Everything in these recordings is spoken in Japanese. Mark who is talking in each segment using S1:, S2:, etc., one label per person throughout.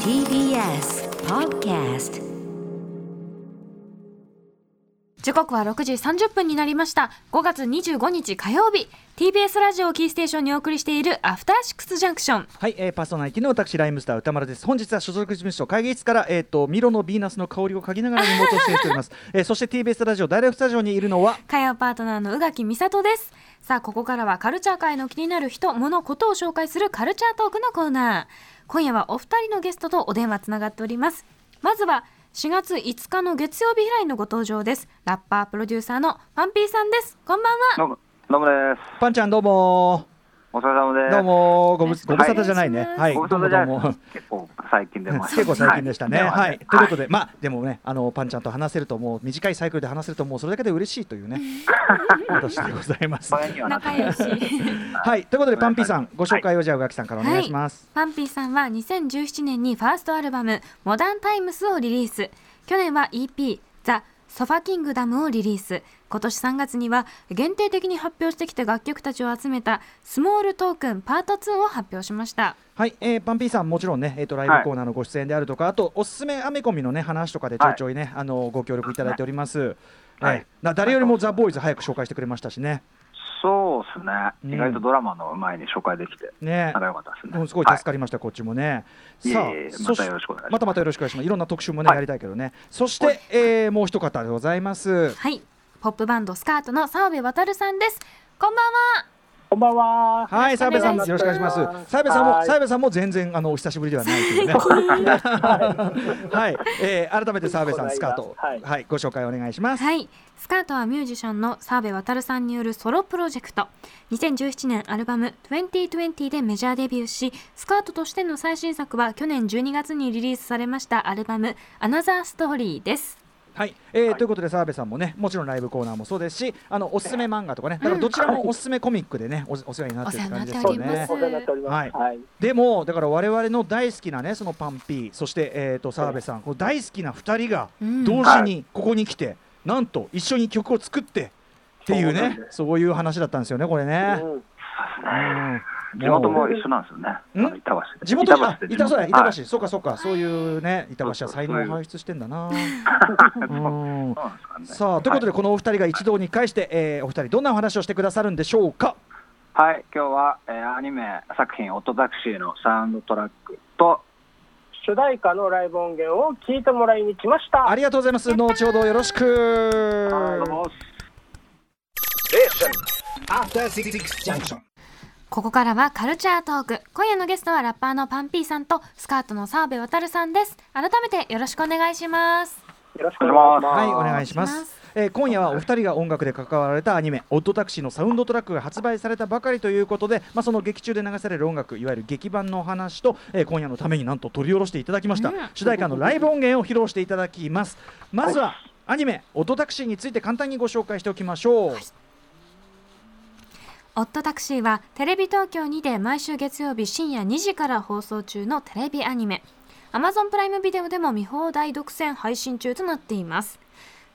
S1: TBS Podcast
S2: 時刻は6時30分になりました5月25日火曜日 TBS ラジオをキーステーションにお送りしているアフターシックスジャンクション
S3: はい、えー、パーソナリティの私ライムスター歌丸です。本日は所属事務所会議室からえっ、とミロのヴィーナスの香りを嗅ぎながらリモート出演しております。えー、そして TBS ラジオダイレクトスタジオにいるのは
S2: 火曜パートナーの宇垣美里ですさあここからはカルチャー界の気になる人物ことを紹介するカルチャートークのコーナー今夜はお二人のゲストとお電話つながっておりますまずは4月5日の月曜日以来のご登場ですラッパープロデューサーのパンピーさんですこんばんは
S4: どうも、どうもです。
S3: パンちゃんどうも
S4: お疲れ様で
S3: ー
S4: す。
S3: どうもーごぶ
S2: はい
S3: ご無沙汰じゃないね。はい、
S4: ご無
S3: ど
S4: 沙
S3: うも
S4: 汰じ
S3: どう
S4: ゃ
S3: も
S4: ないです。結構最近でもあります。
S3: 結構最近でしたね。はい、ということ
S4: で。
S3: で、まあでもねあのパンちゃんと話せるともう短いサイクルで話せるともうそれだけで嬉しいというね私でございます。
S4: 前にはなって
S2: 仲良し
S3: はい、ということでパンピーさんご紹介をじゃあ宇垣さんからお願いします。
S2: パンピーさんは2017年にファーストアルバム「モダンタイムス」をリリース去年は EP「ザ・ソファキングダム」をリリース今年3月には限定的に発表してきた楽曲たちを集めた「スモールトークンパート2」を発表しました
S3: はい、えー、パンピーさんもちろんね、えー、とライブコーナーのご出演であるとか、あとおすすめアメコミのね話とかでちょいちょいね、あのご協力いただいております。は
S4: は
S3: い、
S4: い
S3: な誰よりもザボーイズ早く紹介してくれましたしね、
S4: そうです
S3: うん
S4: ね。意外とドラマの前に紹介できて、
S3: ね
S4: あ、らよかったですね。
S3: うんすごい助かりました、こっちもね。
S4: はい
S3: さあ
S4: いえいえ、
S3: そ
S4: またよろしくお願いします
S3: またまたよろしくお願いします。いろんな特集もね、
S4: はい
S3: やりたいけどね。そし
S4: は
S3: て
S4: い、
S3: えーもう一方でございます。
S2: はいポップバンドスカートの澤部渉さんですこんばんは
S5: こんばんは。
S3: はい、澤部さん、よ
S2: お
S3: ろ
S2: 願いし
S3: しく
S2: ます
S3: お願いします。澤部さんも
S5: は、い
S3: 澤部さんも全然、あの、お久しぶりではないと いうね。はい、えー改めて澤部さん、スカート、
S5: はい
S3: はい、ご紹介お願いします。
S2: はいスカートはミュージシャンの澤部渉さんによるソロプロジェクト2017年アルバム「2020」でメジャーデビューしスカートとしての最新作は去年12月にリリースされましたアルバム「アナザーストーリー」です
S3: はい、えー
S4: はい
S3: ということで澤部さんもねもちろんライブコーナーもそうですしあのおすすめ漫画とかねだからどちらもおすすめコミックでねおお世話になってる感じです
S2: お世話
S3: よ
S2: になっておりま
S3: ね
S2: す。
S5: お世話になっております。
S3: は
S5: はい。
S3: でもだから我々の大好きなねそのパンピーそしてえーと澤部さんこの大好きな二人が
S2: うん
S3: 同時にここに来て、なんと一緒に曲を作ってっていう
S4: そうな
S3: ね
S4: ん
S3: そういう話だったんですよねこれね。
S5: うん
S3: うん
S4: 地元も一緒なんですよね。あの
S3: ん
S4: 板橋で。
S3: 地元あ
S4: で
S3: 板橋だ
S4: は
S3: 板橋そうかそうかそういうね板橋は才能を輩出してんだな。
S4: い
S3: うん
S4: そうなんですかね。
S3: さあということで、このお二人が一堂に会して、えーお二人どんなお話をしてくださるんでしょうか
S4: はい、はい今日はえーアニメ作品オットタクシーのサウンドトラックと、
S5: 主題歌のライブ音源を聞いてもらいに来ました。
S3: ありがとうございます後ほどよろしく
S2: ここからはカルチャートーク今夜のゲストはラッパーのパンピーさんとスカートの澤部渉さんです改めてよろしくお願いします
S5: よろしくお願いします。
S3: はいお願いしま
S2: お願いしますす
S3: えー今夜はお二人が音楽で関わられたアニメ「オッドタクシー」のサウンドトラックが発売されたばかりということで、まあ、その劇中で流される音楽いわゆる劇版のお話と、えー今夜のためになんと取り下ろしていただきました、
S2: うん
S3: 主題歌のライブ音源を披露していただきますまずはアニメ「オッドタクシー」について簡単にご紹介しておきましょう、
S2: オットタクシーはテレビ東京にて毎週月曜日深夜2時から放送中のテレビアニメ Amazon プライムビデオでも見放題独占配信中となっています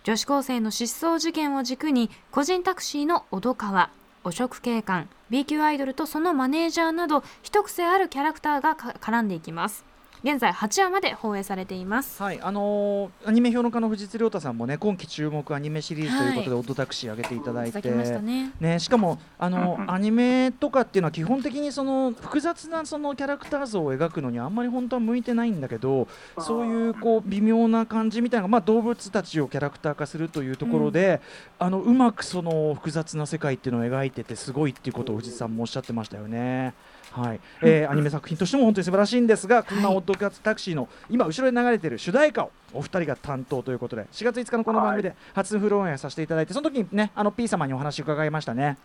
S2: 女子高生の失踪事件を軸に個人タクシーの小戸川汚職警官 B 級アイドルとそのマネージャーなど一癖あるキャラクターがか絡んでいきます現在8話まで放映されています
S3: はい、あのーアニメ評論家の藤津亮太さんもね今期注目アニメシリーズということで、
S2: は
S3: オッドタクシー上げていただ
S2: い
S3: い
S2: ただ
S3: て
S2: きましたね
S3: ね、しかもあの、
S4: うんうん
S3: アニメとかっていうのは基本的にその複雑なそのキャラクター像を描くのにあんまり本当は向いてないんだけどそういうこう微妙な感じみたいなのが、まあ、動物たちをキャラクター化するというところで、うあのうまくその複雑な世界っていうのを描いててすごいっていうことを藤津さんもおっしゃってましたよね。はいえーアニメ作品としても本当に素晴らしいんですが、こんなオットタクシーの今、後ろで流れている主題歌をお二人が担当ということで4月5日のこの番組で初フローエンさせていただいてその時にねあの P 様にお話伺いましたね。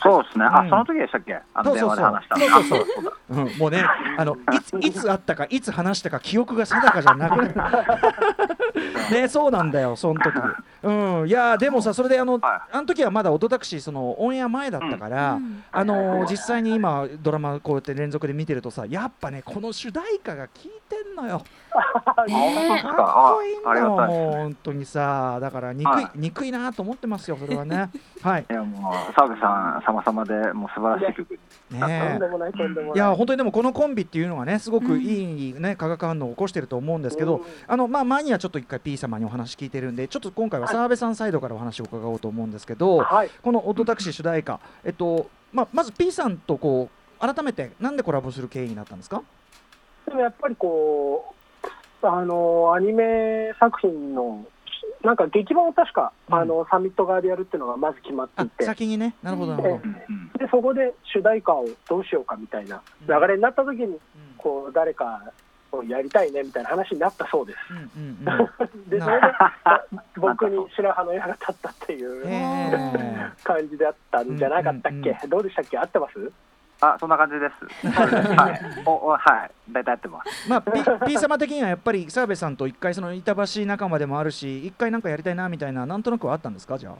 S4: そうですね。
S3: う
S4: あ
S3: ん、
S4: その時でしたっけ？あの電話で話したの。
S3: そうそうそう
S4: あそうだ
S3: うん、 もうね、あのいついつあったか、い つ話したか、記憶が定かじゃなくなる。ね、そうなんだよ、その時。うん、いやーでもさそれであの、
S4: は
S3: あの時はまだ音タクシーそのオンエア前だったから、
S2: うん
S3: あ
S4: はいはい
S3: の
S4: はい
S3: 実際に今ドラマこうやって連続で見てるとさやっぱねこの主題歌が効いてんのよ
S2: ね
S3: か
S4: か
S3: っこいい
S4: あありが
S3: の
S4: たいです
S3: もう本当にさだから憎い、
S4: は
S3: 憎いなと思ってますよそれは ねはい
S4: いやもう澤部さん様々でもう素晴らしい曲で
S5: とん
S3: ね
S5: でもない、とんでもない。
S3: いや本当にでもこのコンビっていうのはねすごくいい、ね化学反応を起こしてると思うんですけど、
S5: うん
S3: あのまあ、前にはちょっと一回 P 様にお話聞いてるんでちょっと今回は澤部さんサイドからお話を伺おうと思うんですけど、
S5: はい。
S3: この「オートタクシー」主題歌、えっとまあ、まず P さんとこう改めてなんでコラボする経緯になったんですか
S5: でもやっぱりこう、あの、アニメ作品の、なんか劇版を確か、
S3: うん
S5: あの、サミット側でやるっていうのがまず決まって
S3: あ
S5: いて、
S3: 先にねなるほどなるほど
S4: う、ん
S5: で、そこで主題歌をどうしようかみたいな流れになった時に、こう、誰かをやりたいねみたいな話になったそうです。
S3: うんうんうんうん
S5: で、それで 僕に白羽の矢が立ったっていう。
S3: へー
S5: 感じだったんじゃなかったっけ、
S3: うんうん
S5: どうでしたっけ合ってます
S4: あそんな感じ です。それではい。おおはい。大体合ってます。
S3: まあ、P, P 様的にはやっぱり澤部さんと一回その板橋仲間でもあるし一回なんかやりたいなみたいななんとなくはあったんですかじゃあ、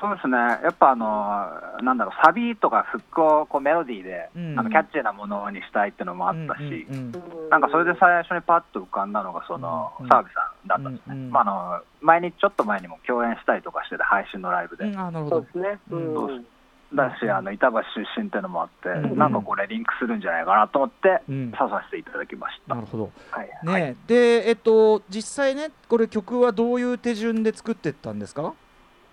S4: そうですね。やっぱあのなんだろうサビとかフックをこうメロディーで、
S3: うん
S4: あのキャッチーなものにしたいっていうのもあったし、
S3: うんうんうん
S4: なんかそれで最初にパッと浮かんだのがその
S3: うん
S4: 澤部さんだったんですね。
S3: うんうん
S4: まああの前にちょっと前にも共演したりとかしてて配信のライブで、
S3: うんあなるほ
S5: そう
S3: ど
S5: ですね、うん
S4: そう
S5: うん
S4: だしあの板橋出身っていうのもあって、
S3: うん
S4: なんかこれリンクするんじゃないかなと思って
S3: うん
S4: 刺させていただきました。
S3: なるほど
S5: はい
S3: ね、でえっと実際ねこれ曲はどういう手順で作ってったんですか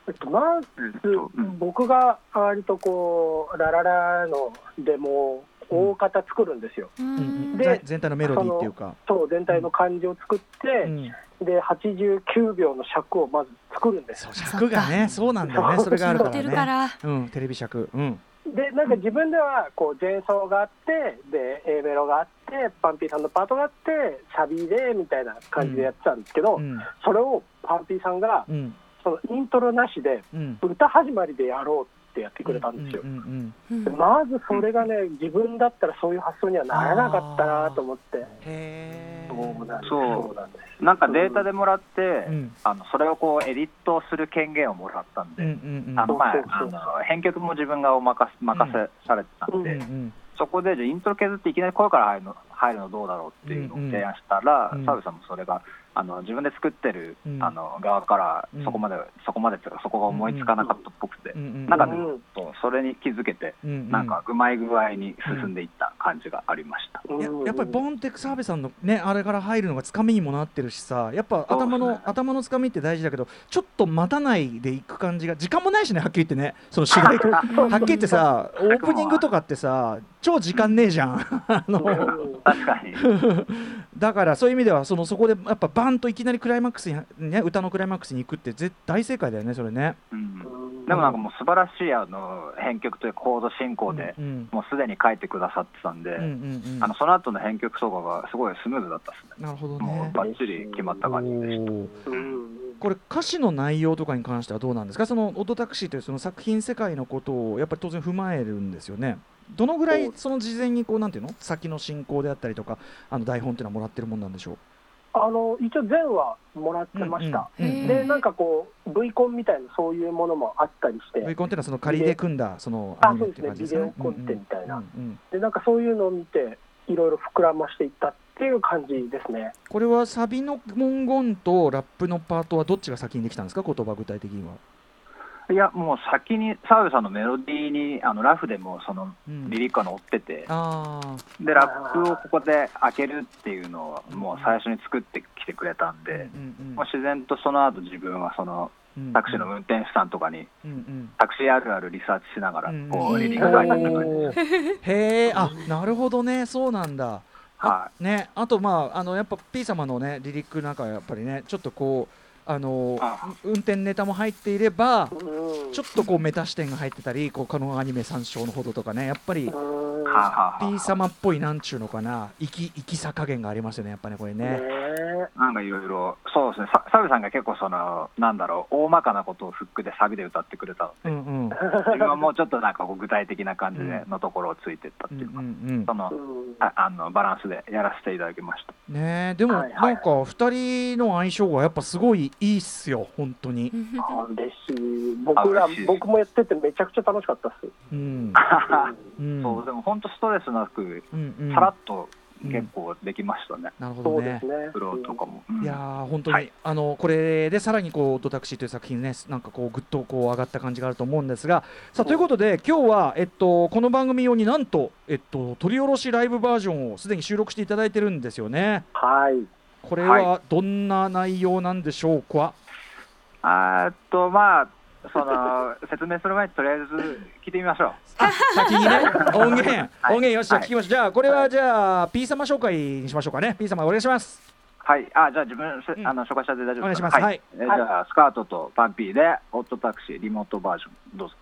S5: えっと、まず
S4: えっとうん
S5: 僕が割とこうラララのデモを大方作るんですよ、
S2: うん
S3: うん
S5: で
S3: 全体のメロディーっていうか
S5: そう全体の感じを作って、
S3: うん
S5: で89秒の尺をまず作るんです
S3: そ
S5: よ
S3: う尺がねそうなんだよねそれがある
S2: 撮
S3: か
S2: って
S3: ら
S2: る
S3: ね
S2: から。
S3: うんテレビ尺うん
S5: でなんか自分ではこう前奏があってで A メロがあってパンピーさんのパートがあってサビでみたいな感じでやってたんですけど、
S3: うん
S5: それをパンピーさんが
S3: うん
S5: そのイントロなしで
S3: うん
S5: 歌始まりでやろうってやってくれたんですよ
S3: う。んうん
S2: うん
S5: でまずそれがね、自分だったらそういう発想にはならなかったなと思って。
S3: へ
S5: そうなんです
S4: そう
S5: そうなんです。
S4: なんかデータでもらって、
S3: うん
S4: あのそれをこうエディットする権限をもらったん
S3: う
S4: で、
S3: んうん
S4: あのまあ
S5: そうそう
S4: あ
S5: そう
S4: の編曲も自分がお任せ任せされてたん
S3: う
S4: で、
S3: んうん
S4: そこでじゃあイントロ削っていきなり声から入るの入るのどうだろうっていうのを提案したら、
S3: うんうん
S4: 澤部さんもそれがあの自分で作ってる、
S3: うん
S4: あの側から
S3: うん
S4: そこまで、そこまでっていうかそこが思いつかなかったっぽくて、
S3: うんうん
S4: なんかね
S5: う、ん
S4: そうそれに気づけて、
S3: うんうん
S4: なんかうまい具合に進んでいった感じがありま した。
S3: いややっぱり
S5: ン
S3: ボンテ澤部さんのねあれから入るのがつかみにもなってるしさやっぱ頭
S4: そう
S3: の
S4: ですね
S3: 頭のつかみって大事だけどちょっと待たないでいく感じが時間もないしねはっきり言ってねその主題歌 はっきり言ってさオープニングとかってさ超時間ねえじゃんあの
S4: 確かに、
S3: だからそういう意味ではそのそこでやっぱバンといきなりクライマックスに、ね、歌のクライマックスに行くって絶大正解だよねそれね。
S4: うん、でもなんかもう素晴らしいあの編曲というコード進行で、
S3: うん
S4: もうすでに書いてくださってたんで、
S3: うんうんうん
S4: あのその後の編曲とかがすごいスムーズだったですね。
S3: なるほど
S4: も
S3: ね
S4: う。バッチリ決まった感じでした。
S3: おー
S5: うん
S3: これ歌詞の内容とかに関してはどうなんですかその「オトタクシー」というその作品世界のことをやっぱり当然踏まえるんですよねどのぐらいその事前にこうなんていうの先の進行であったりとかあの台本っていうのはもらってるもんなんでしょ
S5: あの一応前はもらっ
S3: う
S5: てました。
S3: うんうん
S2: へー
S3: うん
S5: でなんかこう V コンみたいなそういうものもあったりして、
S3: V コンっていうのはその仮で組んだその
S5: あ
S3: アニメっていう感じですかね
S5: そうですねビデオコンテみたいな
S3: うんうんうんうん
S5: でなんかそういうのを見ていろいろ膨らましていったっていう感じですね。
S3: これはサビの文言とラップのパートはどっちが先にできたんですか言葉具体的には、
S4: いや、もう先に澤部さんのメロディーにあのラフでもその
S3: うん
S4: リリックが乗ってて、
S3: ああ
S4: でラップをここで開けるっていうのをもう最初に作ってきてくれたんで、もう自然とその後自分はそのタクシーの運転手さんとかに
S3: うんうん
S4: タクシーあるあるリサーチしながら
S3: うん
S4: こうリリック書いてく
S3: お
S4: れて、
S3: ーへえあなるほどねそうなんだ
S4: は
S3: ねあとまああのやっぱ P 様のねリリックなんかやっぱりねちょっとこうあの
S4: あ
S3: 運転ネタも入っていれば
S5: うん
S3: ちょっとこうメタ視点が入ってたりこうこのアニメ参照のほどとかねやっぱり
S5: うん
S4: い、はあはあはあ
S3: P 様っぽいなんちゅうのかな生き生きさ加減がありますよねやっぱねこれ
S5: ね
S3: ね。
S5: え
S4: なんかいろいろ、そうですね、さサビさんが結構その、なんだろう、大まかなことをフックでサビで歌ってくれたの
S3: う
S4: で、
S3: んうん
S4: 自分はもうちょっとなんかこう具体的な感じでのところをついてったって
S3: う
S4: い
S3: ん
S4: うか、
S3: うん
S4: その
S5: うん
S4: ああのバランスでやらせていただきました。
S3: うん、ねえでも
S5: はい
S3: な
S5: はい
S3: んか二人の相性がやっぱすごいいいっすよ本当に、
S5: あ嬉しい僕ら
S4: あ嬉しい
S5: 僕もやっててめちゃくちゃ楽しかったっ す、
S3: うんうん、
S4: そうでも本当ストレスなく、
S3: うんうん
S4: さらっと結構できましたね、
S3: なるほ
S5: そ
S3: ど
S5: うで
S3: ね
S5: す。ね
S4: プロとかも。うん
S3: いやー本当に、
S4: はい
S3: あのこれでさらにこうドタクシーという作品ねなんかこうぐっとこう上がった感じがあると思うんですがさあということで今日はえっとこの番組用になんとえっと取り下ろしライブバージョンをすでに収録していただいてるんですよね
S5: はい
S3: これはどんな内容なんでしょうか、
S4: あーっとまあその 説明する前にとりあえず聞いてみましょう。
S3: あ先にね音源、
S4: はい
S3: 音源よしじゃあ
S4: は
S3: 聞
S4: い
S3: きましょう、じゃあこれはじゃあ P 様紹介にしましょうかね P 様お願いします
S4: はい、あじゃあ自分、せ
S3: うん
S4: あの紹介しちゃって大丈夫ですか
S3: お願いしますは
S4: はいいえーじゃあスカートとパンピーでオットタクシーリモートバージョンどうぞ。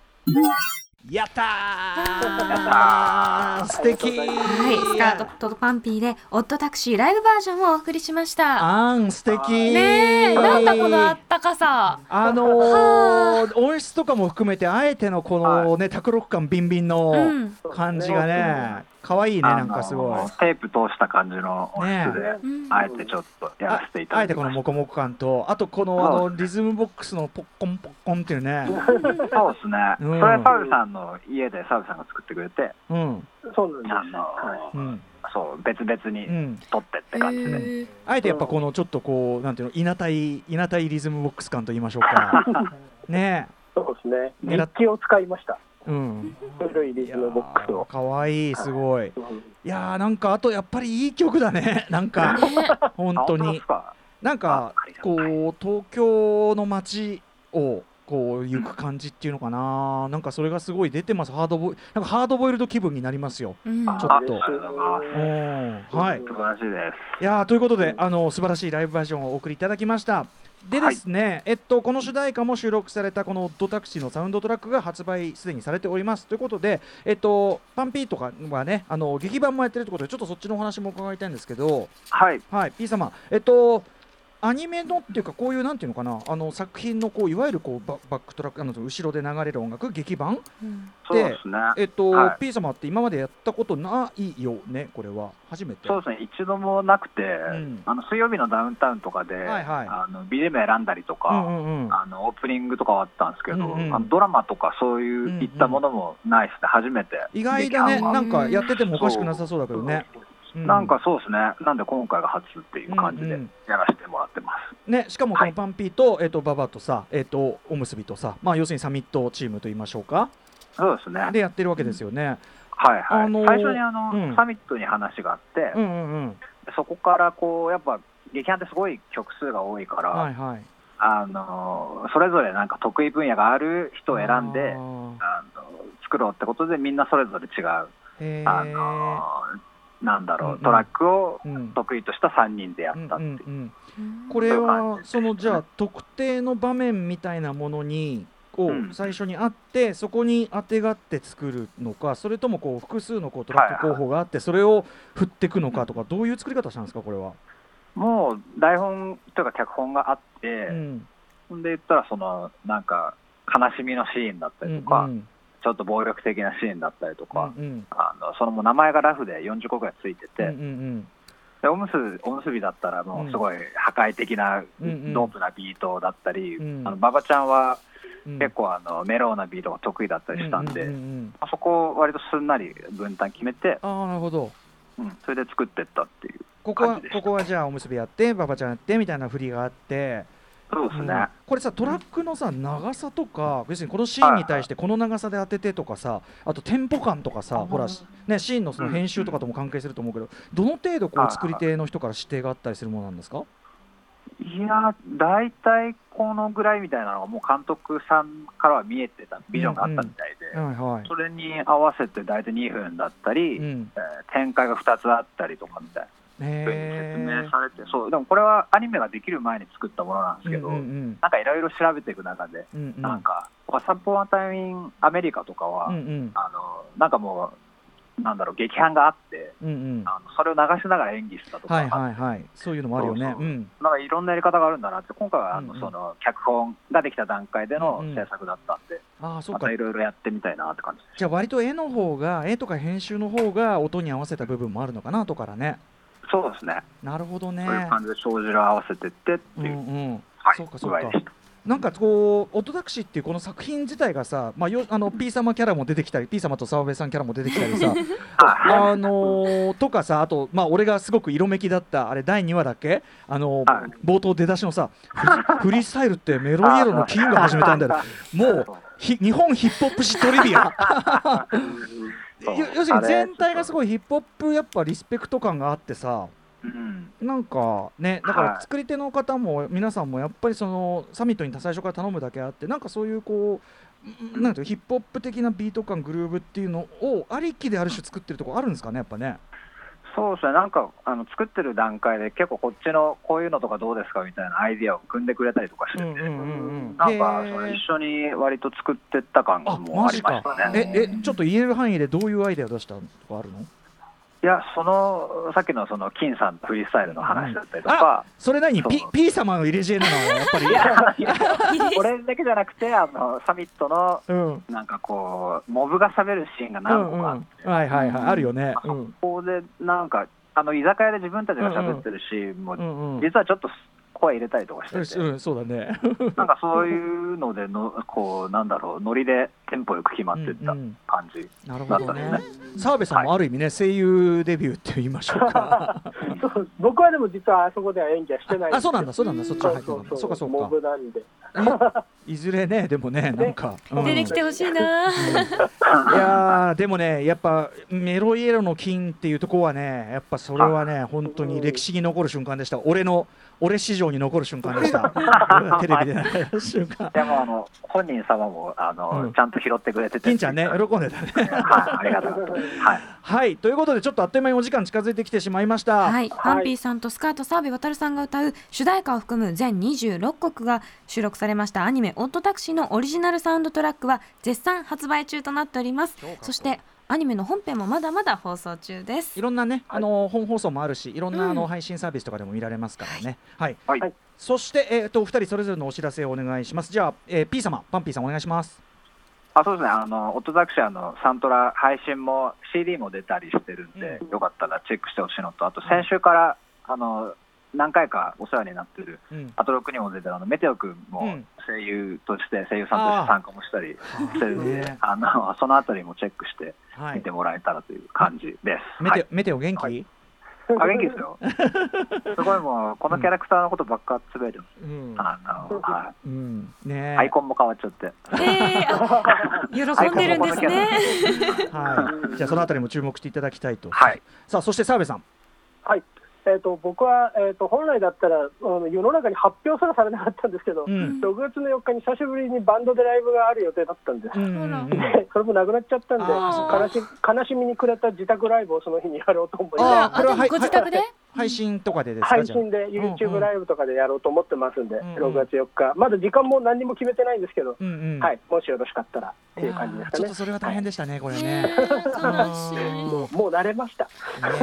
S3: やった
S4: あ
S3: ー素敵
S2: はい、スカートとパンピーで「オットタクシーライブバージョン」をお送りしました
S3: あん素敵
S2: ねえなんだこのあったかさ
S3: あのー、音質とかも含めてあえてのこのね卓録感ビンビン
S2: う
S3: の
S2: ん、
S3: 感じがね可愛いね
S4: あ
S3: なん
S4: の
S3: かすごい
S4: テープ通した感じの音質で、
S3: ね
S2: うん、
S4: あえてちょっとやら
S3: あ
S4: せていた
S3: あ
S4: だ
S3: えて
S4: き
S3: こ
S4: ま
S3: の
S4: し
S3: モコモコ感とあとこのあ
S4: そ
S3: の
S4: う
S3: リズムボックスのポッコンポッコンっていう ね
S4: た。そうですね。
S3: うん
S4: それサウルさんの家でサウルさんが作ってくれて、
S3: うん
S5: そうな
S4: あ
S5: んです、は
S3: う
S4: の
S3: ん
S4: そう別々
S3: う
S4: に
S3: ん
S4: 撮ってって感じで。
S2: へえ
S3: あえてやっぱこのちょっとこうなんていうのいなたいいなたいリズムボックス感と言いましょうか ね
S5: そうですね
S3: 狙っ
S5: 日記を使いました
S3: えうん
S5: 古いリ
S3: い
S5: ズ
S3: や
S5: ムボックス
S3: ー
S5: を、
S3: 可愛いすごい
S5: うん
S3: いやーなんかあとやっぱりいい曲だね なんか
S2: ね
S3: 本
S4: あ
S3: 当
S4: 本当で
S3: に
S4: すか
S3: なんか
S4: あありがと
S3: こ
S4: う
S3: う東京の街をこう行く感じっていうのかな、なんかそれがすごい出てますハードボイなんかハードボイルド気分になりますよ。
S2: うん
S4: あ
S3: ちょっと
S5: 嬉
S3: お
S5: し
S3: ーはい、
S4: 素晴らしいです。
S3: いやーということで、
S5: うん
S3: あの素晴らしいライブバージョンをお送りいただきました。でですね、えっと、この主題歌も収録されたこの「ドタクシー」のサウンドトラックが発売すでにされておりますということで、えっと、パンピーとかはねあの劇版もやってるということでちょっとそっちのお話も伺いたいんですけど、
S4: はい。
S3: はい、P 様、えっと、アニメのっていうか、こういうなんていうのかな、あの作品のこういわゆるこうババックトラック、あの後ろで流れる音楽、劇版、
S2: うん
S4: そうですね。
S3: えっと、
S4: はい
S3: P 様って今までやったことないよね、これは、初めて。
S4: そうですね、一度もなくて、
S3: ん
S4: あの水曜日のダウンタウンとかで、
S3: はいはい
S4: あの BGM 選んだりと
S3: う
S4: か、
S3: んうんうん、
S4: あのオープニングとかはあったんですけど、
S3: うんうん
S4: あのドラマとかそういう、
S3: うんうん
S4: いったものもないですね、初めて。
S3: 意外だね、
S4: 劇版
S3: な
S4: は
S3: んかやっててもおかしくなさそうだけどね。う
S4: なんかそうですね、なんで今回が初っていう感じ
S3: うんう
S4: で
S3: ん
S4: やらせてもらってます。
S3: ね、しかもこ
S4: は
S3: の
S4: い
S3: パンピーと、えっと、ババとさ、えっと、おむすびとさ、まあ、要するにサミットチームと言いましょうか、
S4: そうですね、はい
S3: でやってるわけですよね。
S4: はい、
S3: あのー
S4: 最初にあの、
S3: うん
S4: サミットに話があって、
S3: うんうんうん、
S4: そこからこう、やっぱ劇団ってすごい曲数が多いから、
S3: はいはい。
S4: あのーそれぞれなんか得意分野がある人を選んで
S3: あ、ー
S4: あの作ろうってことでみんなそれぞれ違う、
S3: へ
S4: あ
S3: ー
S4: のなんだ
S3: うん
S4: ろ
S3: う
S4: うんトラックを
S3: うん
S4: 得意とした3人でやったっ
S3: う
S4: てい
S3: ん
S4: う、
S3: うんうん
S2: うん
S3: これは
S4: そういう感じです
S3: そのじゃあ特定の場面みたいなものにを
S4: うん
S3: 最初にあって、そこにあてがって作るのかそれともこう複数のこうトラック候補があってそれを振っていくのかとかどういう作り方したんですかこれは。
S4: もう台本というか脚本があって、
S3: うん
S4: ほんで言ったらそのなんか悲しみのシーンだったりとか、
S3: うん
S4: ちょっと暴力的なシーンだったりと
S3: うんう
S4: か、
S3: ん
S4: あのそのもう名前がラフで40個ぐらいついてて、
S3: うんうん
S4: でおむすおむすびだったらもうすごい破壊的な
S3: うんうん
S4: ドープなビートだったり、
S3: うん
S4: あの馬場ちゃんは
S3: うん
S4: 結構あのメロウなビートが得意だったりしたん
S3: う
S4: で。
S3: うううん
S4: あそこを割とすんなり分担決めて、
S3: ああなるほど
S4: うん、それで作ってったっていう。
S3: ここは
S4: 感じでした
S3: ここはじゃあおむすびやってババちゃんやってみたいな振りがあって。
S4: そうですね。
S3: うんこれさトラックのさ長さとか別にこのシーンに対してこの長さで当ててとかさあとテンポ感とかさほら、ね、シーンのその編集とかとも関係すると思うけどどの程度こ
S4: はいう
S3: 作り手の人から指定があったりするものなんですか
S4: いや、大体このぐらいみたいなのがもう監督さんからは見えてたビジョンがあったみたいで、
S3: はいはい
S4: それに合わせて大体2分だったり、
S3: う
S4: え
S3: ん、
S4: ー展開が2つあったりとかみたいな風
S3: へ
S4: に説
S3: ー
S4: 明されて、そうでもこれはアニメができる前に作ったものなんですけど、
S3: うんうん
S4: なんかいろいろ調べていく中で、
S3: うんうん
S4: なんか「ワサポンタイミンアメリカ」とかは、
S3: うんうん
S4: あのなんかもうなんだろう劇伴があって、
S3: うんうん
S4: あのそれを流しながら演技したとか、
S3: はいはいはいそういうのもあるよね
S4: そうそう
S3: うん
S4: なんかいろんなやり方があるんだなって、今回はあの、
S3: うんうん
S4: その脚本ができた段階での
S3: うん
S4: 制作だったんで、
S3: ああそう
S4: ま
S3: か
S4: たいろいろやってみたいなって感じです。
S3: じゃあ割と絵の方が絵とか編集の方が音に合わせた部分もあるのかな後からね
S4: そうですね、
S3: なるほどね
S4: そういう感じで障子を合わせてってって
S3: うん
S4: いうう、
S3: ん
S4: はい、
S3: そうかそう
S4: 具
S3: か
S4: 合でした。
S3: なんかこう「音タクシー」っていうこの作品自体がさ、まあ、よあの P 様キャラも出てきたり P 様と澤部さんキャラも出てきたり さ
S4: はい
S3: あのーとかさあと、まあ、俺がすごく色めきだったあれ第2話だっけ、あのー
S4: はい
S3: 冒頭出だしのさフリフリースタイルってメロイエロのキーンが始めたんだよ もうひ日本ヒップホップ史トリビア
S4: そう
S3: よ要するに全体がすごいヒップホップやっぱリスペクト感があってさ
S4: うん、
S3: なんかねだか
S4: は
S3: ら
S4: い
S3: 作り手の方も皆さんもやっぱりそのサミットに多最初から頼むだけあってなんかそういうこうなんていうのヒップホップ的なビート感グルーブっていうのをありきである種作ってるとこあるんですかねやっぱね。
S4: そうですね、なんかあの作ってる段階で、結構こっちのこういうのとかどうですかみたいなアイディアを組んでくれたりとかして
S3: う
S4: て、
S3: んうんうんうん
S4: なんか
S3: へー
S4: その一緒に割と作ってった感
S3: あ
S4: も
S3: マ
S4: あ
S3: ジ
S4: りま
S3: か
S4: したね。
S3: ええちょっと言える範囲でどういうアイデア出したとかあるの
S4: いや、そのさっきのその金さんとフリースタイルの話だったりとか、
S3: それなに
S4: そう
S3: P, P 様の入れ知恵なのはやっぱり。
S4: 俺だけじゃなくて、あのサミットの
S3: うん
S4: なんかこう、モブが喋るシーンが
S3: う
S4: 何
S3: ん
S4: 個
S3: う
S4: かあっ
S3: ん、はいはいはい、あるよね。う
S4: そ
S3: ん
S4: こでなんか、あの居酒屋で自分たちが喋ってるシーンも、
S3: うんうん、
S4: 実はちょっと声入れたりとかしてて、
S3: うん、そうだね。
S4: なんかそういうのでの、こう、なんだろう、ノリでテンポよく決まっていった
S3: うんうん
S4: 感じ。
S3: なるほど
S4: だった
S3: ね
S4: んで。
S3: 澤部さんもある意味ね、声優デビューって言いましょう か。
S5: そう僕はでも実はあそこでは演技はしてない
S3: あ、そうなんだ、そうなんだ、そっち
S5: そ
S3: は入っ
S5: う
S3: て
S5: そ
S3: たんだ。
S5: う
S3: そうか、そ
S5: モ
S3: う
S5: ブなんで
S3: か。いずれね、でもね、なんか。うん
S1: 出てきてほしいな。
S3: いやーでもね、やっぱメロイエロの金っていうところはね、やっぱそれは ね、本当に歴史に残る瞬間でした、俺の、俺史上に残る瞬間で した、俺がテレビで流れた瞬間、
S4: でもあの本人様もあの、
S3: うん
S4: ちゃんと拾ってくれてて、
S3: 金ちゃんね、喜んでたね。
S4: はい、ありがとうございます。はい
S3: はいということで、ちょっとあっという間にお時間近づいてきてしまいました。
S2: はい、パンピーさんとスカート澤部渉さんが歌う主題歌を含む全26曲が収録されましたアニメ「オットタクシー」のオリジナルサウンドトラックは絶賛発売中となっておりますそしてアニメの本編もまだまだ放送中です
S3: いろんなね、あの本放送もあるし、いろんなあの配信サービスとかでも見られますからね。はい。
S4: はい
S5: はい
S3: そしてえっ、とお二人それぞれのお知らせをお願いします。じゃあ、えー、P 様、パンピーさんお願いします。
S4: あそうですね、あの、オットザクシアのサントラ配信も CD も出たりしてるんで、
S3: うん
S4: よかったらチェックしてほしいのと、あと先週から、あの、何回かお世話になってる、
S3: うん。
S4: アトロックにも出てるあの、メテオ君
S3: う
S4: も
S3: ん
S4: 声優として、声優さんとして参加もしたりしてるんで、
S3: ね
S4: あの、そのあたりもチェックして
S3: は
S4: 見
S3: い
S4: て。もらえたらという感じです。
S3: メ
S4: は
S3: テ
S4: い
S3: オ、メテオ元気？
S4: はいあ元気で すよ。すごいもう、このキャラクターのことばっかつぶやいてます。
S3: うん。
S4: あの、は
S3: うん。ね
S4: い。アイコンも変わっちゃって。
S1: えー、あ喜んでるん ですね。
S3: はい。じゃあそのあたりも注目していただきたいと。
S4: はい。
S3: さあそして澤部さん。
S5: はいえー、と僕は、えー、と本来だったらあの世の中に発表すらされなかったんですけど、
S3: うん。
S5: 6月の4日に久しぶりにバンドでライブがある予定だったんです、
S3: うんうんうん。
S5: でそれもなくなっちゃったんで
S3: あ
S5: 悲し悲しみにくれた自宅ライブをその日にやろうと思い
S3: あ
S5: ま
S3: これははい
S1: ご自宅で。
S3: 配信とかでです
S5: す
S3: か
S5: 配
S3: じゃあ。
S5: 信で
S3: うんう
S5: YouTube
S3: ん
S5: ライブとかでやろうと思ってますんで、
S3: んうん
S5: 6月4日まだ時間も何にも決めてないんですけど、
S3: うんうん。
S5: はい、もしよろしかったらっていう感じで
S3: あー
S5: す
S3: ちょ
S5: か
S3: っ
S5: ね
S3: とそれは大変でしたねこれ
S1: え
S3: ね。
S1: ー、悲し
S5: もうもう慣れました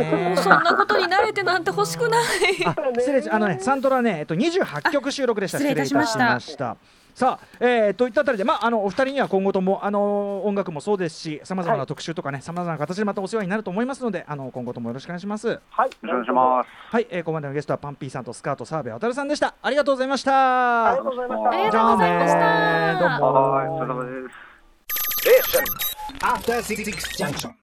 S3: ね
S1: い。そんなことに慣れてなんて欲しくない。
S3: あ失礼しあのねサントラねえっと28曲収録でした
S2: あ失礼いたしました
S3: 失礼いたしまさあ、えー、といったあたりで、まあ、あのお二人には今後ともあの音楽もそうですしさまざま
S5: は
S3: ない特集とかねさまざまな形でまたお世話になると思いますのであの今後ともよろしくお願いします
S5: は
S4: よろ
S5: い
S4: しくお願いします。
S3: はい、えー、ここまでのゲストはパンピーさんとスカート澤部渉さんでしたありがとうございました
S5: ありがとうございました
S4: ありが
S3: じゃあね
S1: ありがとうございました
S3: どうも
S4: はい、お疲れ様です。
S6: After Six Junction.